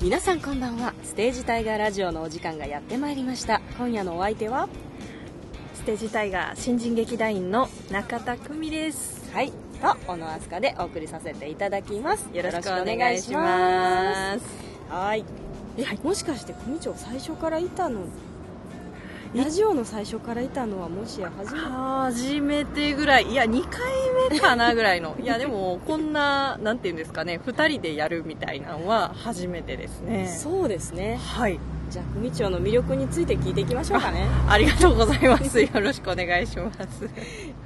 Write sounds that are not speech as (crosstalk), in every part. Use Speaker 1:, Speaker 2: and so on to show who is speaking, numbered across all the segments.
Speaker 1: 皆さんこんばんはステージタイガーラジオのお時間がやってまいりました今夜のお相手は
Speaker 2: ステージタイガー新人劇団員の中田久美です
Speaker 1: はいと小野飛鳥でお送りさせていただきます
Speaker 2: よろしくお願いします
Speaker 1: すはいえ、もしかして組長最初からいたのラジオの最初からいたのはもしや初めて
Speaker 2: 初めてぐらいいや2回目かなぐらいのいやでもこんななんていうんですかね2人でやるみたいなのは初めてですね
Speaker 1: そうですね
Speaker 2: はい
Speaker 1: じゃあ組長の魅力について聞いていきましょうか (laughs) ね
Speaker 2: ありがとうございますよろしくお願いします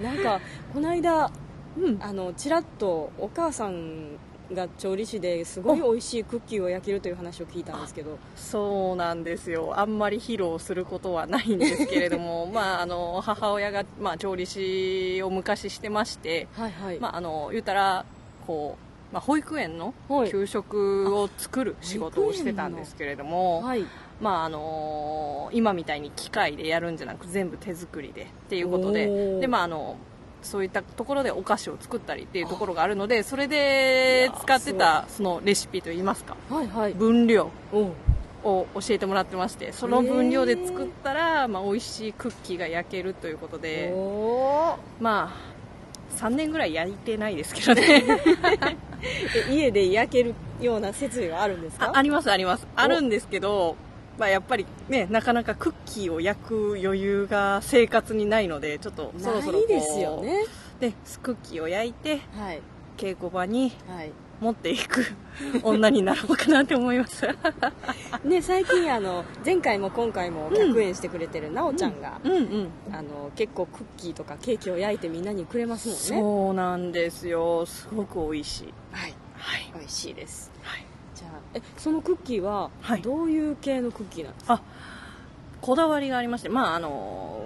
Speaker 1: なんかこの間
Speaker 2: うん
Speaker 1: あのちらっとお母さんが調理師ですごい美味しいクッキーを焼けるという話を聞いたんですけど
Speaker 2: そうなんですよあんまり披露することはないんですけれど
Speaker 1: (laughs)
Speaker 2: もまああの母親が、まあ、調理師を昔してまして
Speaker 1: はいはい、
Speaker 2: まあ、あの言うたらこう、まあ、保育園の
Speaker 1: はい
Speaker 2: 給食を作る仕事
Speaker 1: 保
Speaker 2: を
Speaker 1: 育園
Speaker 2: してたんですけれども、
Speaker 1: はい、
Speaker 2: まああの今みたいに機械でやるんじゃなく全部手作りでっていうこと
Speaker 1: お
Speaker 2: で
Speaker 1: ー
Speaker 2: で、まあ、あのそういったところでお菓子を作ったりっていうところがあるのでそれで使ってたそのレシピといいますか
Speaker 1: はいはい
Speaker 2: 分量
Speaker 1: お
Speaker 2: を教えてもらってましてその分量で作ったら、まあ、美味しいクッキーが焼けるということで。
Speaker 1: お
Speaker 2: まあ3年ぐらい焼いてないですけどね
Speaker 1: ーえ家で焼けるような設備はあるんです
Speaker 2: あ
Speaker 1: か
Speaker 2: ありますありますあるんですけど、まあ、やっぱりねなかなかクッキーを焼く余裕が生活にないのでちょっとそろそろ
Speaker 1: ない
Speaker 2: こ
Speaker 1: うですよね
Speaker 2: でクッキーを焼いて
Speaker 1: はい
Speaker 2: 稽古場に
Speaker 1: はい
Speaker 2: 持って
Speaker 1: (laughs)
Speaker 2: いく女になろうかなって思います
Speaker 1: ね最近あの前回も今回も100円してくれてるなおちゃんが、
Speaker 2: うんうん
Speaker 1: あの結構クッキーとかケーキを焼いてみんなにくれますもんね
Speaker 2: そうなんですよすごく美味しい
Speaker 1: はい
Speaker 2: はい、
Speaker 1: 美味しいです
Speaker 2: はい、
Speaker 1: じゃあえそのクッキーは
Speaker 2: はい
Speaker 1: どういう系のクッキーなんですか、
Speaker 2: こだわりがありましてまああの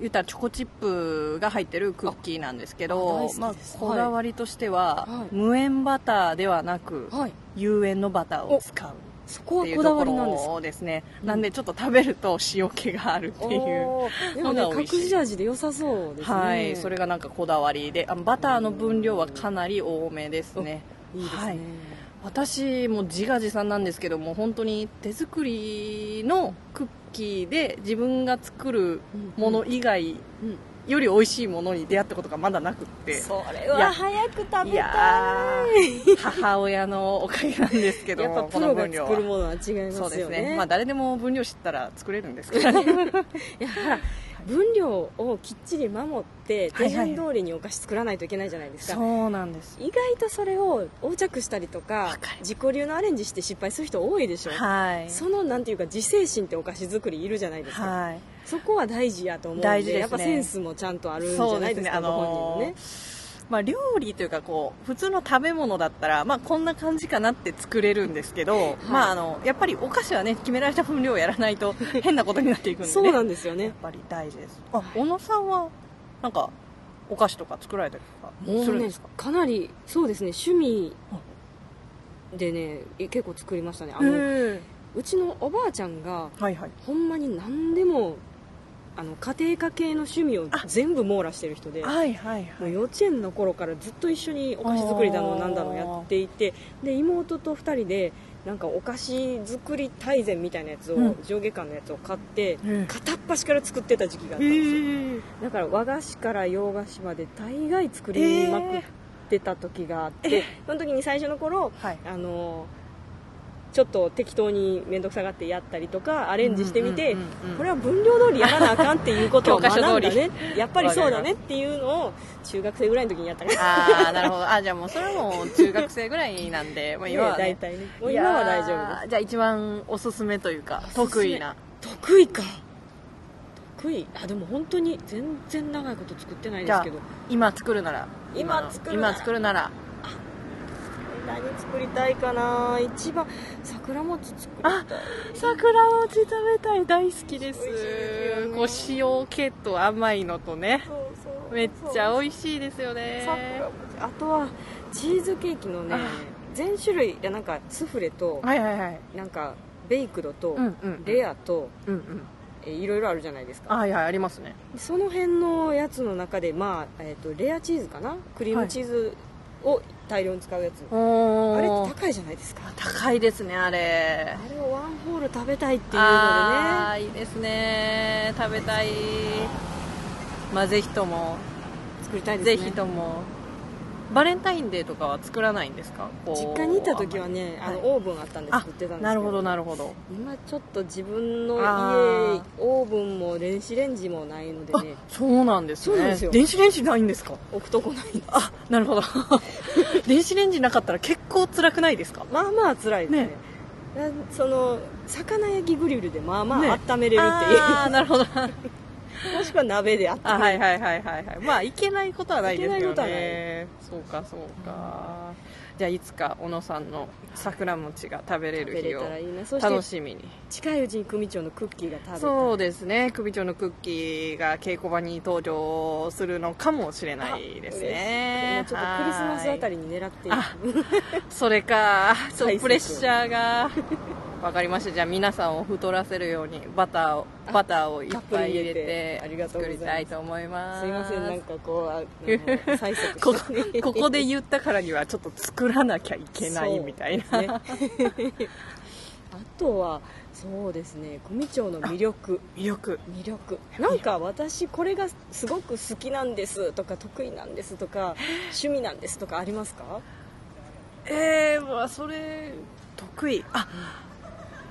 Speaker 2: 言ったらチョコチップが入ってるクッキーなんですけ
Speaker 1: あ大
Speaker 2: ど
Speaker 1: 好き
Speaker 2: まあ
Speaker 1: です、
Speaker 2: こだわりとしては、
Speaker 1: はい
Speaker 2: 無塩バターではなく、
Speaker 1: はい
Speaker 2: 有塩のバターを使う
Speaker 1: そこ
Speaker 2: っ
Speaker 1: は
Speaker 2: ていう
Speaker 1: こだ
Speaker 2: と
Speaker 1: わ
Speaker 2: こ
Speaker 1: りなんです
Speaker 2: ろですね
Speaker 1: うん
Speaker 2: なんでちょっと食べると塩気があるっていう、
Speaker 1: おーでもね
Speaker 2: のが美
Speaker 1: 隠
Speaker 2: 味しい
Speaker 1: し味で良さそうですね
Speaker 2: はいそれがなんかこだわりであバターの分量はかなり多めですね
Speaker 1: いいですね、
Speaker 2: はい私も自画自賛なんですけども本当に手作りのクッキーで自分が作るもの以外、
Speaker 1: うん
Speaker 2: より美味しいものに出会ったことがまだなくって
Speaker 1: それ
Speaker 2: いや
Speaker 1: は早く食べたい
Speaker 2: いやー母親のおかげなんですけど
Speaker 1: やっぱプ
Speaker 2: この
Speaker 1: ロが
Speaker 2: 分量は
Speaker 1: 作るものは違いますよね
Speaker 2: そうですねまあ誰でも分量知ったら作れるんですけ
Speaker 1: (laughs)
Speaker 2: どね
Speaker 1: いやほら分量をきっちり守って
Speaker 2: はい
Speaker 1: 手
Speaker 2: はい
Speaker 1: 順通りにお菓子作らないといけないじゃないですか、
Speaker 2: そうなんです
Speaker 1: 意外とそれを横着したりと
Speaker 2: わ
Speaker 1: か
Speaker 2: かる
Speaker 1: 自己流のアレンジして失敗する人多いでしょ、
Speaker 2: はい
Speaker 1: そのなんていうか自制心ってお菓子作りいるじゃないですか、
Speaker 2: はい
Speaker 1: そこは大事やと思うんで
Speaker 2: 大事ですね
Speaker 1: やっぱセンスもちゃんとあるんじ
Speaker 2: そ
Speaker 1: ゃ
Speaker 2: う
Speaker 1: な
Speaker 2: で
Speaker 1: い
Speaker 2: す
Speaker 1: です
Speaker 2: ね
Speaker 1: か
Speaker 2: あの
Speaker 1: ご本人のね
Speaker 2: ーまあ料理というかこう普通の食べ物だったら、まあ、こんな感じかなって作れるんですけど、まあ、あのやっぱりお菓子はね決められた分量をやらない
Speaker 1: (laughs)
Speaker 2: と変なことになっていくんで、ね、
Speaker 1: そうなんですよ
Speaker 2: やっ
Speaker 1: ね
Speaker 2: ぱり大事ですあ小野さんはなんかお菓子とか作られたりと
Speaker 1: も
Speaker 2: かす
Speaker 1: う
Speaker 2: るん
Speaker 1: ね
Speaker 2: ですか、
Speaker 1: かなりそうですね趣味でねえ結構作りましたねあの
Speaker 2: へ
Speaker 1: うちのおばあちゃんが
Speaker 2: ーはいはい
Speaker 1: ほんまに何でもあの家庭科系の趣味を全部網羅してる人で
Speaker 2: はいはいはい
Speaker 1: もう幼稚園の頃からずっと一緒にお菓子作りだの
Speaker 2: あー
Speaker 1: なんだのやっていてで妹と2人でなんかお菓子作り大全みたいなやつを、
Speaker 2: うん
Speaker 1: 上下巻のやつを買って
Speaker 2: うん
Speaker 1: 片っ端から作ってた時期があったんですよ
Speaker 2: へ
Speaker 1: だから和菓子から洋菓子まで大概作りまくってた時があって、その時に最初の頃
Speaker 2: はい
Speaker 1: あのちょっと適当に面倒くさがってやったりとかアレンジしてみて、
Speaker 2: うんうんうんうん
Speaker 1: これは分量通りやらなあかんっていうことを
Speaker 2: 教
Speaker 1: 学
Speaker 2: 科
Speaker 1: ん
Speaker 2: 書
Speaker 1: だ
Speaker 2: 通り
Speaker 1: ねやっぱりそうだねっていうのを中学生ぐらいの時にやったから
Speaker 2: ああなるほどあじゃあもうそれはもう中学生ぐらいなん
Speaker 1: (laughs)
Speaker 2: で、ま (laughs) あ、今は、
Speaker 1: 大
Speaker 2: ね、
Speaker 1: 体ねもう今は大丈
Speaker 2: い
Speaker 1: 夫
Speaker 2: や
Speaker 1: で
Speaker 2: ーじゃあ一番おすすめというか
Speaker 1: すすめ
Speaker 2: 得意な
Speaker 1: す得意か得意あでも本当に全然長いこと作ってないですけど
Speaker 2: 今作るなら
Speaker 1: 今
Speaker 2: の
Speaker 1: 作るなら
Speaker 2: 今作るなら
Speaker 1: 何作りたいかな一番桜餅作りたい
Speaker 2: 桜餅食べたい大好きです
Speaker 1: 美味しいですよね
Speaker 2: こう塩気と甘いのとね
Speaker 1: そうそう
Speaker 2: めっちゃ美味しいですよね
Speaker 1: 桜餅あとはチーズケーキのね
Speaker 2: あ
Speaker 1: 全種類いやなんかスフレと
Speaker 2: はいはいはい
Speaker 1: なんかベイクドと
Speaker 2: うんうん
Speaker 1: レアと
Speaker 2: うんうん
Speaker 1: えいろいろあるじゃないですか
Speaker 2: はいはいありますね
Speaker 1: その辺のやつの中で、まあえー、とレアチーズかなクリームチーズを大量に使うやつあれって高いじゃないですか
Speaker 2: 高いですねあれ
Speaker 1: あれをワンホール食べたいっていうの
Speaker 2: あーいいですね食べたいまあぜひとも、
Speaker 1: でね作りたいですね
Speaker 2: ぜひともバレンタインデーとかは作らないんですかこう
Speaker 1: 実家にいた時はねあ
Speaker 2: はい
Speaker 1: のオーブンあったんで
Speaker 2: あ
Speaker 1: 作ってたんですけど
Speaker 2: なるほどなるほど
Speaker 1: 今ちょっと自分の
Speaker 2: あ
Speaker 1: 家
Speaker 2: ー
Speaker 1: オーブンも電子レンジもないので
Speaker 2: あ
Speaker 1: ね
Speaker 2: そうなんです
Speaker 1: そうなんで
Speaker 2: ね
Speaker 1: すよ
Speaker 2: 電子レンジないんですか
Speaker 1: 置くとこないんです
Speaker 2: あなるほど電子レンジなかったら結構辛くないですか
Speaker 1: まあまあ辛いですね
Speaker 2: ね
Speaker 1: なその魚焼きグリルでまあま
Speaker 2: ね
Speaker 1: あ温めれるっていう、
Speaker 2: あーなるほど
Speaker 1: もしくは鍋で温
Speaker 2: (laughs) あ
Speaker 1: め
Speaker 2: はいはいはいはいはいまあいけないことはないですよね
Speaker 1: いけないことは
Speaker 2: そうかそうか、じゃあいつか小野さんの桜餅が食べれ
Speaker 1: る
Speaker 2: る
Speaker 1: 食べ
Speaker 2: 日
Speaker 1: れ
Speaker 2: を
Speaker 1: たらいいなそ
Speaker 2: 楽
Speaker 1: して
Speaker 2: しみに
Speaker 1: 近いうちに組長のクッキーが食べたい
Speaker 2: そうですね首長のクッキーが稽古場に登場するのかもしれないですね
Speaker 1: あ嬉しいこれもちょっとクリスマスあた
Speaker 2: り
Speaker 1: りに狙って
Speaker 2: あそれかちょっ
Speaker 1: 対
Speaker 2: と
Speaker 1: 策
Speaker 2: プレッシャーがわかりましたじゃあ皆さんを太らせるようにバターをバターをいっぱい入れて
Speaker 1: たっぷり入れてありがとうご
Speaker 2: 作
Speaker 1: ざいます
Speaker 2: りたいと思います
Speaker 1: すいませんなんかこ
Speaker 2: (laughs)
Speaker 1: うああの催促して
Speaker 2: こここで言ったからにはちょっと作らなきゃいけないみたいな、
Speaker 1: ねあとはそうですね組長の魅力
Speaker 2: 魅力
Speaker 1: 魅力なんか私これがすごく好きなんですとか得意なんですとか趣味なんですとかありますか
Speaker 2: えー、まあそれ得意あ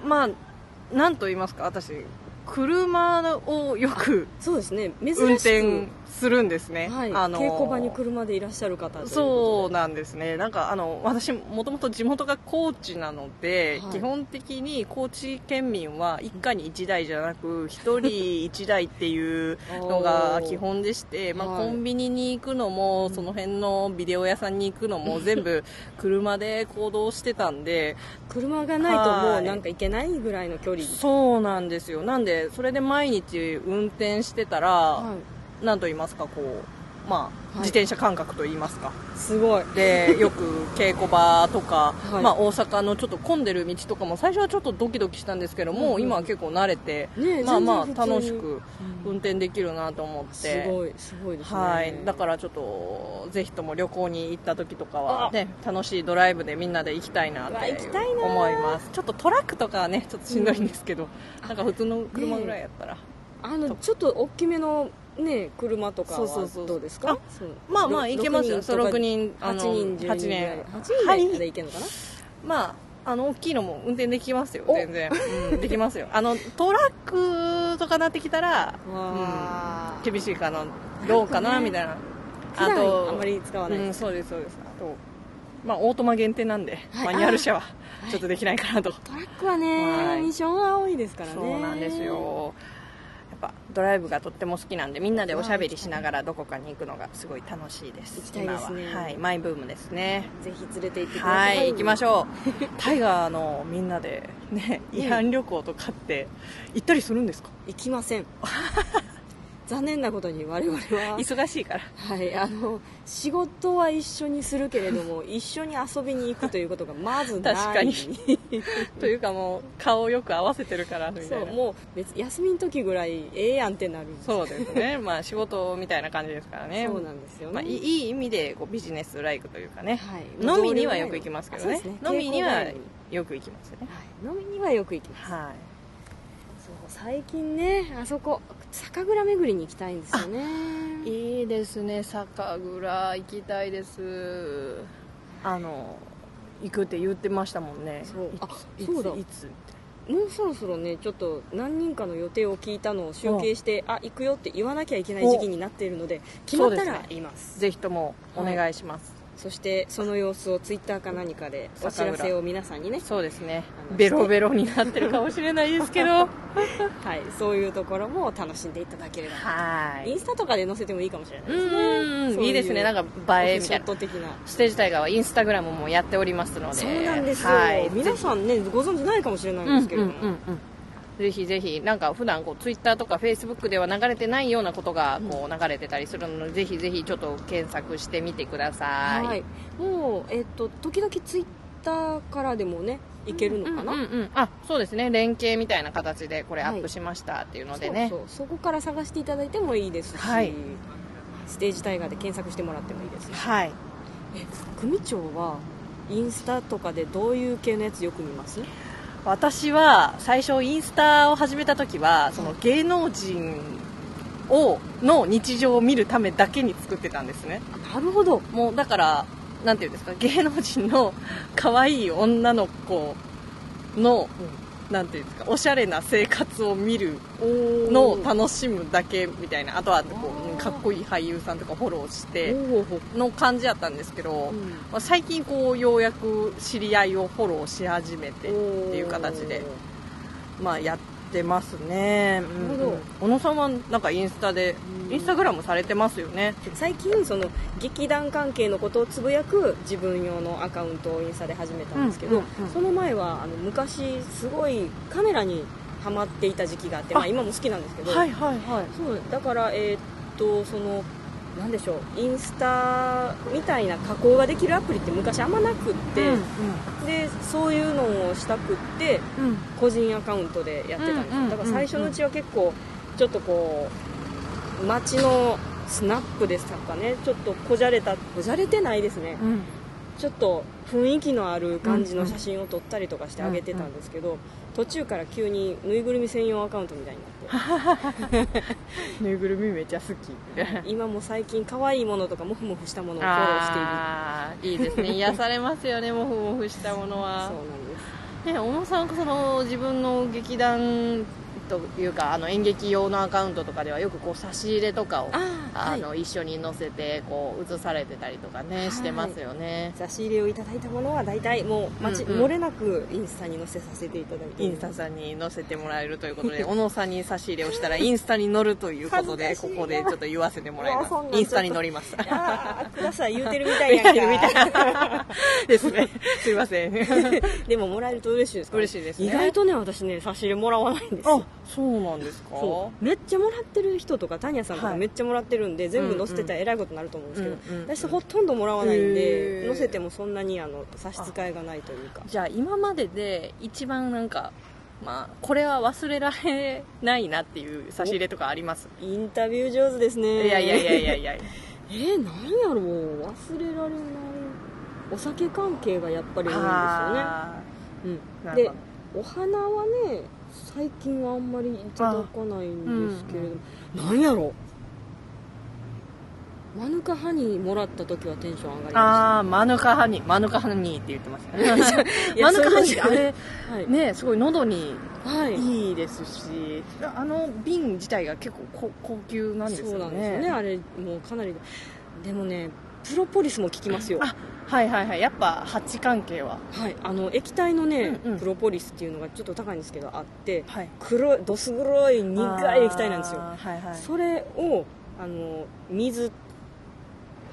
Speaker 2: まあなんと言いますか私車をよく
Speaker 1: そうですね珍しく
Speaker 2: 運転するんですね、
Speaker 1: はい
Speaker 2: あの
Speaker 1: 稽古場に車でいらっしゃる方ということで
Speaker 2: そうなんですねなんかあの私もともと地元が高知なので、
Speaker 1: はい
Speaker 2: 基本的に高知県民は一家に一台じゃなく一人一台っていうのが基本でして、まあ、
Speaker 1: はい
Speaker 2: コンビニに行くのもその辺のビデオ屋さんに行くのも全部車で行動してたんで
Speaker 1: 車がないとも
Speaker 2: は
Speaker 1: う
Speaker 2: い
Speaker 1: なんか行けないぐらいの距離
Speaker 2: そうなんですよなんでそれで毎日運転してたら、
Speaker 1: は
Speaker 2: なんと言いますかこうま
Speaker 1: はい
Speaker 2: あ自転車感覚と言いますか、
Speaker 1: いすごい
Speaker 2: でよく稽古場とか、
Speaker 1: はい
Speaker 2: まあ、大阪のちょっと混んでる道とかも最初はちょっとドキドキしたんですけど
Speaker 1: う
Speaker 2: も、
Speaker 1: んうん
Speaker 2: 今は結構慣れて、
Speaker 1: ねえ
Speaker 2: まあま
Speaker 1: 全然
Speaker 2: あ
Speaker 1: 普
Speaker 2: 楽
Speaker 1: 通
Speaker 2: し
Speaker 1: に
Speaker 2: く運転できるなと思って。
Speaker 1: すごいすごいですね
Speaker 2: はい、だかららちょっとぜひとも旅行に行った時とかは、ね、楽しいドライブでみんなで行きたいなっ
Speaker 1: うわ
Speaker 2: て
Speaker 1: 行きたいなー
Speaker 2: 思いますちょっとトラックとかはねちょっとしんどいんですけど、なんか普通の車ぐらいやったら、
Speaker 1: あのちょっと大きめのね車とか
Speaker 2: そうそ
Speaker 1: は
Speaker 2: うそう
Speaker 1: どうですか
Speaker 2: あまあまあ行けますよ
Speaker 1: 6
Speaker 2: 6
Speaker 1: 人
Speaker 2: 人あ
Speaker 1: 8
Speaker 2: の
Speaker 1: 人10
Speaker 2: 8
Speaker 1: 人ぐらい8人ぐ
Speaker 2: は
Speaker 1: ら
Speaker 2: い
Speaker 1: いで行けるのかな
Speaker 2: まあ、あの大きいのも運転できますよ
Speaker 1: お
Speaker 2: 全然、うん、できますよあのトラックとかなってきたら、
Speaker 1: わ
Speaker 2: うん、
Speaker 1: ー
Speaker 2: 厳しいかなどうかな、
Speaker 1: トラックね
Speaker 2: みたいな
Speaker 1: 普段あんまり使わない、
Speaker 2: うん、そうですそうですあとまあオートマ限定なんで、
Speaker 1: はい
Speaker 2: マニュアル車は
Speaker 1: あ
Speaker 2: ちょっとできないかなと、
Speaker 1: トラックはね
Speaker 2: はい
Speaker 1: ミッションは多いですからね
Speaker 2: そうなんですよやっぱドライブがとっても好きなんでみんなでおしゃべりしながらどこかに行くのがすごい楽しいです
Speaker 1: 行きたいですね
Speaker 2: 今は、はい、マイブームですね
Speaker 1: ぜひ連れて行ってくださ
Speaker 2: はいい行きましょうタイガーのみんなで (laughs) ね
Speaker 1: うん
Speaker 2: 違反旅行とかって行ったりするんですか
Speaker 1: 行きませ
Speaker 2: (laughs)
Speaker 1: ん残念なことに我々は
Speaker 2: 忙しいから
Speaker 1: は
Speaker 2: (laughs)
Speaker 1: い、あの仕事は一緒にするけれど
Speaker 2: (laughs)
Speaker 1: も一緒に遊びに行くということがまずない
Speaker 2: 確かにというかもう顔をよく合わせてるからみた
Speaker 1: そ
Speaker 2: いうな
Speaker 1: もう別に休みの時ぐらいええやんってなる
Speaker 2: そうですねまあ仕事みたいな感じですからね
Speaker 1: そうなんですよね、
Speaker 2: まあ、いいい意味でこうビジネスライクというかね、
Speaker 1: はい
Speaker 2: 飲みにはよく行きますけど
Speaker 1: あ
Speaker 2: ね
Speaker 1: そうです
Speaker 2: 飲みには
Speaker 1: 稽古帰り
Speaker 2: よく行きますよね
Speaker 1: はい飲みにはよく行きます
Speaker 2: はい
Speaker 1: そう最近ねあそこ酒蔵巡りに行きたいんですよね
Speaker 2: いいですね酒蔵行きたいですあの行くって言ってましたもんね
Speaker 1: そう
Speaker 2: い
Speaker 1: あ
Speaker 2: いつ
Speaker 1: そうだ
Speaker 2: いつ
Speaker 1: もうそろそろねちょっと何人かの予定を聞いたのを集計してあ行くよって言わなきゃいけない時期になっているので決まった
Speaker 2: そう
Speaker 1: ら
Speaker 2: ですね
Speaker 1: 言います
Speaker 2: ぜひともお願いします、
Speaker 1: そしてその様子をツイッターか何かでお知らせを皆さんにね、
Speaker 2: そうですね
Speaker 1: あの
Speaker 2: ベロベロになってるかもしれないですけど
Speaker 1: はい、そういうところも楽しんでいただければ、
Speaker 2: (laughs) は
Speaker 1: インスタとかで載せてもいいかもしれない
Speaker 2: うん
Speaker 1: ですね
Speaker 2: うんうんいいですねなんか映えみ
Speaker 1: シ
Speaker 2: た
Speaker 1: ョッ
Speaker 2: いな
Speaker 1: ト的な
Speaker 2: ステージタイガーはインスタグラムもやっておりますので
Speaker 1: そうなんですよ、
Speaker 2: はい、
Speaker 1: 皆さんねご存知ないかもしれないんですけれども、
Speaker 2: うんうんうんうんぜひぜひなんか普段こうツイッターとかフェイスブックでは流れてないようなことがこう流れてたりするので、ぜひぜひちょっと検索してみてください、
Speaker 1: はいもうえっと時々ツイッターからでもねいけるのかな、
Speaker 2: うんうんうんあそうですね連携みたいな形でこれ
Speaker 1: は
Speaker 2: ア
Speaker 1: い
Speaker 2: ップしましたっていうのでね
Speaker 1: そうそうそこから探していただいてもいいですし、
Speaker 2: はい
Speaker 1: ステージタイガーで検索してもらってもいいですね
Speaker 2: はい
Speaker 1: 組長はインスタとかでどういう系のやつよく見ます
Speaker 2: 私は最初インスタを始めた時はその芸能人をの日常を見るためだけに作ってたんですね
Speaker 1: なるほど
Speaker 2: もうだからなんていうんですか芸能人の可愛い女の子のなんていうんですかおしゃれな生活を見るの
Speaker 1: の
Speaker 2: を楽しむだけみたいなあとはこう
Speaker 1: おー
Speaker 2: かっこいい俳優さんとかフォローして
Speaker 1: おお
Speaker 2: の感じやったんですけど、
Speaker 1: っ
Speaker 2: まあ最近こうようやく知り合いをフォローし始めてっていう形でまあやってますね、うん
Speaker 1: なるほど
Speaker 2: 小野さんはなんかインスタで
Speaker 1: うん
Speaker 2: インスタグラムされてますよね
Speaker 1: 最近その劇団関係のことをつぶやく自分用のアカウントをインスタで始めたんですけど、
Speaker 2: うんうんうん
Speaker 1: その前はあの昔すごいカメラにハマっていた時期があって
Speaker 2: あ
Speaker 1: まあ、今も好きなんですけど、
Speaker 2: はいはいはい
Speaker 1: そうだからえーっとそのなんでしょうインスタみたいな加工ができるアプリって昔あんまなくって、
Speaker 2: うん
Speaker 1: でそういうのをしたくって
Speaker 2: うんうん
Speaker 1: 個人アカウントでやってたんですよ、
Speaker 2: うんうん
Speaker 1: だから最初のうちは結構ちょっとこう街のスナップですとかねちょっとこじゃれたこじゃれてないですね
Speaker 2: うん
Speaker 1: ちょっと雰囲気のある感じの写真を撮ったりとかしてあげてたんですけど、途中から急にぬいぐるみ専用アカウントみたいになって
Speaker 2: ぬいぐるみめっちゃ好き
Speaker 1: 今も最近可愛いものとかモフモフしたものをフォローしている
Speaker 2: (laughs) あーいいですね癒されますよねもふもふしたものは
Speaker 1: そうなんです
Speaker 2: ね小野さんその自分の劇団というかあの演劇用のアカウントとかではよくこう差し入れとかを
Speaker 1: あ
Speaker 2: あ
Speaker 1: あの、
Speaker 2: の、
Speaker 1: はい
Speaker 2: 一緒に載せてこう写されてたりとか
Speaker 1: は
Speaker 2: ね
Speaker 1: い
Speaker 2: してますよね、
Speaker 1: 差し入れをいただいたものは大体もう待ち、
Speaker 2: うんうん
Speaker 1: 漏れなくインスタに載せさせていただいて
Speaker 2: インスタさんに載せてもらえるということで小野さんに差し入れをしたらインスタに載るということで
Speaker 1: 恥ず
Speaker 2: こ
Speaker 1: かしいな
Speaker 2: こでちょっと言わせてもらいう
Speaker 1: わそん
Speaker 2: ま
Speaker 1: なん
Speaker 2: すインスタに載ります
Speaker 1: ああください言うてるみたいやんか
Speaker 2: (laughs) ですね (laughs) すいません
Speaker 1: でももらえると嬉しいですから
Speaker 2: 嬉しいですね
Speaker 1: 意外とね私ね差し入れもらわないんですよ
Speaker 2: あそうなんですか
Speaker 1: そうめっちゃもらってる人とかタニアさんとか
Speaker 2: はい
Speaker 1: めっちゃもらってるんで、全部載せてたらえらいことになると思うんですけど、
Speaker 2: うんうんうん
Speaker 1: 私ほとんどもらわないん
Speaker 2: へ
Speaker 1: で
Speaker 2: ー
Speaker 1: 載せてもそんなにあの差し支えがないというか
Speaker 2: じゃあ今までで一番なんかまあこれは忘れられないなっていう差し入れとかあります
Speaker 1: インタビュー上手です
Speaker 2: い
Speaker 1: ね
Speaker 2: やいやいやいやいや
Speaker 1: えー、なんやろう忘れられないお酒関係がやっぱり多いん
Speaker 2: あ
Speaker 1: ですよね、
Speaker 2: ー
Speaker 1: う
Speaker 2: な
Speaker 1: ん、
Speaker 2: る
Speaker 1: で
Speaker 2: ほど
Speaker 1: お花はね最近はあんまりいただかないんですけれども、なんやろマヌカハニーもらった時はテンション上がりま
Speaker 2: ああマヌカハニーマヌカハニーって言ってました (laughs) ね
Speaker 1: いや
Speaker 2: マヌカハニ
Speaker 1: そういうことじゃ
Speaker 2: ーあれ
Speaker 1: したはい、
Speaker 2: ねすごい喉に
Speaker 1: はい
Speaker 2: いいですしあの瓶自体が結構高高級なんですよね
Speaker 1: そうなんですよねあれもうかなりでもねプロポリスも効きますよ
Speaker 2: あはいはいはいやっぱ蜂関係は
Speaker 1: はいあの液体のね、
Speaker 2: うんうん
Speaker 1: プロポリスっていうのがちょっと高いんですけどあって
Speaker 2: はい
Speaker 1: 黒いどす黒い苦い液体なんですよ
Speaker 2: あーはいはい
Speaker 1: それをあの水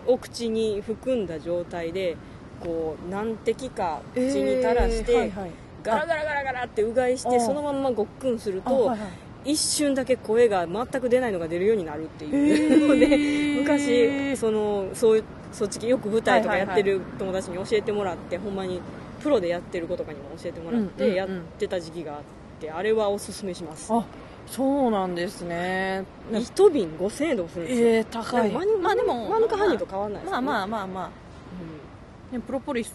Speaker 1: を口に含んだ状態でこう何滴か口に垂らして、
Speaker 2: えーはいはい
Speaker 1: ガラガラガラガラってうがいし
Speaker 2: あ
Speaker 1: てそのまんまごっくんする
Speaker 2: あは
Speaker 1: と
Speaker 2: いはい
Speaker 1: 一瞬だけ声が全く出ないのが出るようになるっていうの (laughs) (laughs) で、
Speaker 2: えー
Speaker 1: 昔そのそういうそっち系よく舞台とか
Speaker 2: はい
Speaker 1: や
Speaker 2: は
Speaker 1: っ
Speaker 2: いはい
Speaker 1: てる友達に教えてもらって、ほんまにプロでやってる子とかにも教えてもらっ
Speaker 2: うんう
Speaker 1: て
Speaker 2: ん
Speaker 1: やってた時期があって、あれはおすすめします
Speaker 2: あそうなんですね
Speaker 1: 一瓶5000円とかするんですよ、
Speaker 2: えー、高い
Speaker 1: でもマヌ
Speaker 2: まあでも
Speaker 1: マヌカハニーと変わらないです、
Speaker 2: まあま
Speaker 1: あ、
Speaker 2: あまあまあねプロポリス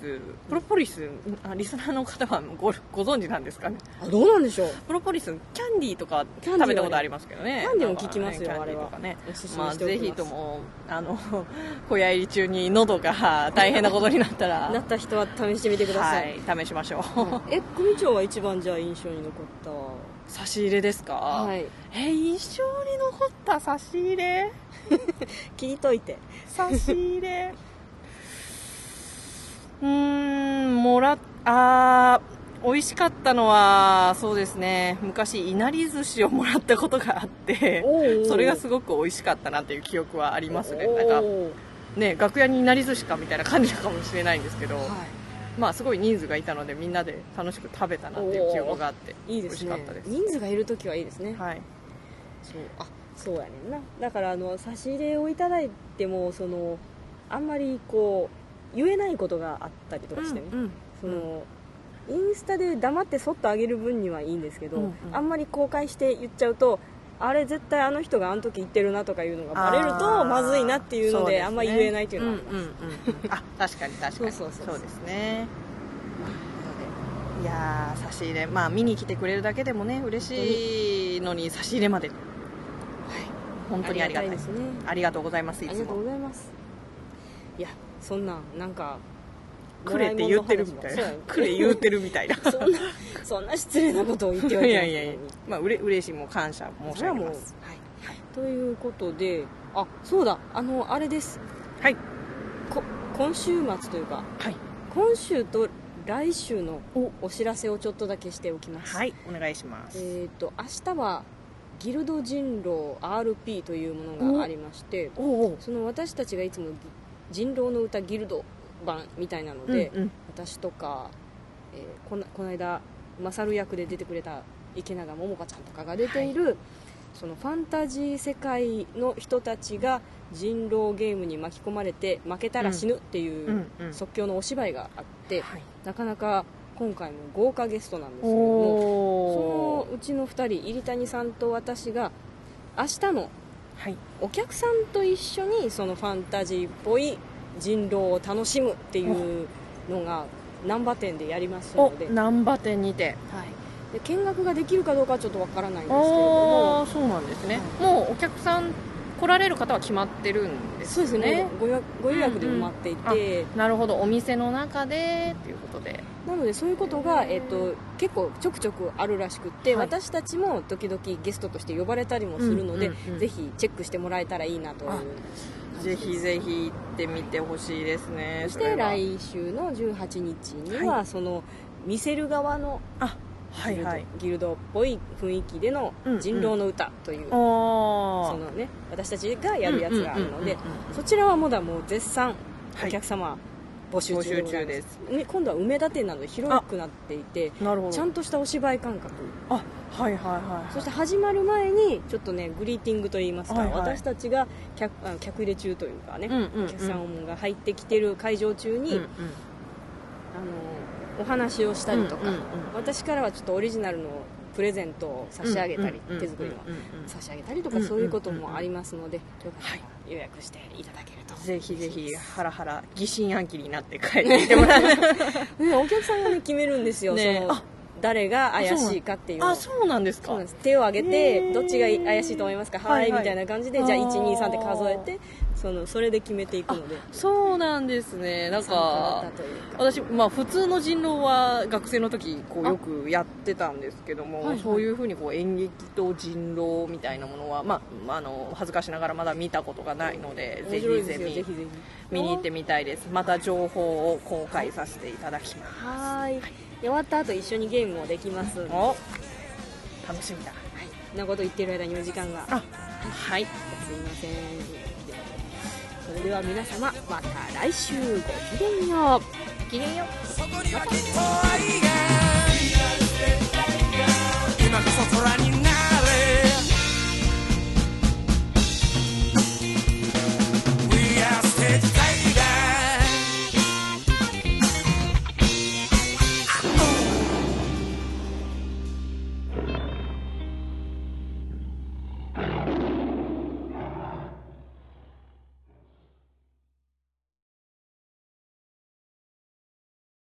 Speaker 2: プロポリスあリスナーの方はごご存知なんですかね
Speaker 1: あどうなんでしょう
Speaker 2: プロポリスキャンディーとか
Speaker 1: キャンディーはね
Speaker 2: 食べたことありますけどね
Speaker 1: キャンディーも効きますよ
Speaker 2: なんかねキャンディーとかね
Speaker 1: おすす
Speaker 2: ま
Speaker 1: め
Speaker 2: あ、
Speaker 1: してお
Speaker 2: ぜ
Speaker 1: き
Speaker 2: ひ
Speaker 1: ます、
Speaker 2: ともあの (laughs) 小屋入り中に喉が大変なことになったら
Speaker 1: (laughs) なった人は試してみてください、
Speaker 2: はい、試しましょう、
Speaker 1: (laughs) え組長は一番じゃあ印象に残った
Speaker 2: 差し入れですか、
Speaker 1: い
Speaker 2: え印象に残った差し入れ
Speaker 1: 聞いといて
Speaker 2: 差し入れうーんもらっあー美味しかったのはそうですね昔いなり寿司をもらったことがあってそれがす
Speaker 1: ご
Speaker 2: ごく美味しかったなっていう記憶はあり
Speaker 1: い
Speaker 2: ますねなんかね楽屋にいなり寿司かみたいな感じかもしれないんですけど、まあすごい人数がいたのでみんなで楽しく食べたなっていう記憶があって
Speaker 1: いいですね
Speaker 2: 美味しかったです
Speaker 1: 人数がいるときはいいですね、
Speaker 2: はい
Speaker 1: そうあそうやねんなだからあの差し入れをいただいてもそのあんまりこう言えないことがあったりとかしてね、
Speaker 2: うんうん
Speaker 1: そのインスタで黙ってそっとあげる分にはいいんですけど、
Speaker 2: うんうん
Speaker 1: あんまり公開して言っちゃうとあれ絶対あの人があの時言ってるなとかいうのがバレる
Speaker 2: あ
Speaker 1: と
Speaker 2: ー
Speaker 1: まずいなっていうの
Speaker 2: そ
Speaker 1: で
Speaker 2: ですね
Speaker 1: あんま言えないっていうのはあり
Speaker 2: ん
Speaker 1: ます、
Speaker 2: んうんあ確かに確かに
Speaker 1: そうそうそうそう
Speaker 2: ですねいやー差し入れまあ見に来てくれるだけでもね嬉しいのに差し入れまで、はい、本当にありがたい
Speaker 1: で
Speaker 2: ですす
Speaker 1: ね
Speaker 2: ありがとうございますい
Speaker 1: あ
Speaker 2: つ
Speaker 1: りがとう
Speaker 2: も
Speaker 1: ございますいやそんなんなんか
Speaker 2: くれって言ってるみたいなくれ言うてるみ
Speaker 1: (laughs)
Speaker 2: たいな
Speaker 1: そんなそんな失礼なことを言っ
Speaker 2: い
Speaker 1: て
Speaker 2: や
Speaker 1: はい
Speaker 2: い
Speaker 1: け
Speaker 2: や
Speaker 1: ない
Speaker 2: いやまあうれ嬉しいもう感謝申し上げま
Speaker 1: それはもう
Speaker 2: す
Speaker 1: ということであそうだあのあれです
Speaker 2: はい
Speaker 1: こ今週末というか
Speaker 2: はい
Speaker 1: 今週と来週のお知らせをちょっとだけしておきます、
Speaker 2: はいお願いします、
Speaker 1: えっ、と明日はギルド人狼 RP というものがありまして
Speaker 2: おおう
Speaker 1: その私たちがいつも人狼の歌ギルド版みたいなの
Speaker 2: うん
Speaker 1: で、
Speaker 2: うん
Speaker 1: 私とか、えーこなこの間マサル役で出てくれた池永桃香ちゃんとかが出ている、そのファンタジー世界の人たちが人狼ゲームに巻き込まれて負けたら死ぬって
Speaker 2: う
Speaker 1: いうん
Speaker 2: うん
Speaker 1: 即興のお芝居があって、
Speaker 2: はい
Speaker 1: なかなか今回も豪華ゲストなんですけれども
Speaker 2: お
Speaker 1: そ
Speaker 2: お
Speaker 1: のうちの2人入谷さんと私が明日の
Speaker 2: はい
Speaker 1: お客さんと一緒にそのファンタジーっぽい人狼を楽しむっていうのが難波店でやります
Speaker 2: お
Speaker 1: ので,、はい、
Speaker 2: 難波店にて
Speaker 1: で見学ができるかどうかはちょっとわからないんですけれど
Speaker 2: あ
Speaker 1: も
Speaker 2: あそうなんですね、
Speaker 1: は
Speaker 2: もうお客さん来られる方は決まってるんです
Speaker 1: そうですねご予約ご予約で埋まっていて、
Speaker 2: なるほどお店の中でっていうことで
Speaker 1: なのでそういうことが、えっと結構ちょくちょくあるらしくって、
Speaker 2: はい
Speaker 1: 私たちも時々ゲストとして呼ばれたりもするので、
Speaker 2: うんうんうん
Speaker 1: ぜひチェックしてもらえたらいいなという
Speaker 2: あぜひぜひ行ってみてほしいですね
Speaker 1: そして来週の18日には、
Speaker 2: は
Speaker 1: その見せる側の
Speaker 2: あは
Speaker 1: ギル
Speaker 2: い
Speaker 1: ド,、
Speaker 2: はい
Speaker 1: ギルドっぽい雰囲気での
Speaker 2: うんうん
Speaker 1: 人狼の歌という、
Speaker 2: お
Speaker 1: そのね私たちがやるやつがあるので、
Speaker 2: うんうんうんうんうん
Speaker 1: そちらはまだもう絶賛
Speaker 2: はい
Speaker 1: お客様募集中でござい
Speaker 2: 募集中で
Speaker 1: ます
Speaker 2: す、
Speaker 1: ね今度は梅田店など広くなっていて
Speaker 2: なるほど
Speaker 1: ちゃんとしたお芝居感覚
Speaker 2: あはいはいはい
Speaker 1: そして始まる前にちょっとねグリーティングといいますか、
Speaker 2: はいはい
Speaker 1: 私たちが客あの客入れ中というかね、
Speaker 2: うんうんうん
Speaker 1: お客さんが入ってきてる会場中に、
Speaker 2: うんう
Speaker 1: あ
Speaker 2: ん
Speaker 1: のお話をしたりとか、
Speaker 2: うんうんうん
Speaker 1: 私からはちょっとオリジナルのプレゼントを差し上げたり、
Speaker 2: うんうんうんうん
Speaker 1: 手作りの
Speaker 2: うんうんうん
Speaker 1: 差し上げたりと
Speaker 2: う
Speaker 1: か
Speaker 2: んうんうん
Speaker 1: そういうこともありますので、よかった
Speaker 2: はい
Speaker 1: ら予約していただけると、
Speaker 2: ぜひぜひハラハラ疑心暗鬼になって帰ってきてもらえ
Speaker 1: ねお客さんが、ね、決めるんですよ、
Speaker 2: ね
Speaker 1: その
Speaker 2: あ
Speaker 1: 誰が怪しいかっていうのを
Speaker 2: (laughs) あそうなんですか
Speaker 1: そうなんです手を挙げて、
Speaker 2: へー
Speaker 1: どっちが怪しいと思いますかは、
Speaker 2: はいいはい
Speaker 1: みたいな感じでじゃあ123って数えてそのそれで決めていくので
Speaker 2: そうなんですねなん
Speaker 1: 参加型
Speaker 2: か
Speaker 1: というか
Speaker 2: 私、まあ、普通の人狼は学生の時こうよくやってたんですけども、
Speaker 1: はいはい
Speaker 2: そういうふうにこう演劇と人狼みたいなものは、まあまあ、あの恥ずかしながらまだ見たことがないので
Speaker 1: 面
Speaker 2: ぜ
Speaker 1: 白い
Speaker 2: ひ
Speaker 1: で
Speaker 2: ぜ
Speaker 1: すよぜ
Speaker 2: ひ
Speaker 1: ひぜひ
Speaker 2: 見に行ってみたいですまた情報を公開させていただきます
Speaker 1: はいで終わった後一緒にゲームもできますはい
Speaker 2: お楽しみだ
Speaker 1: そんなこと言ってる間にお時間が
Speaker 2: あはい
Speaker 1: すいませんそれでは皆様また来週ごきげんよう
Speaker 2: 記念よ
Speaker 3: そこにはきっと愛が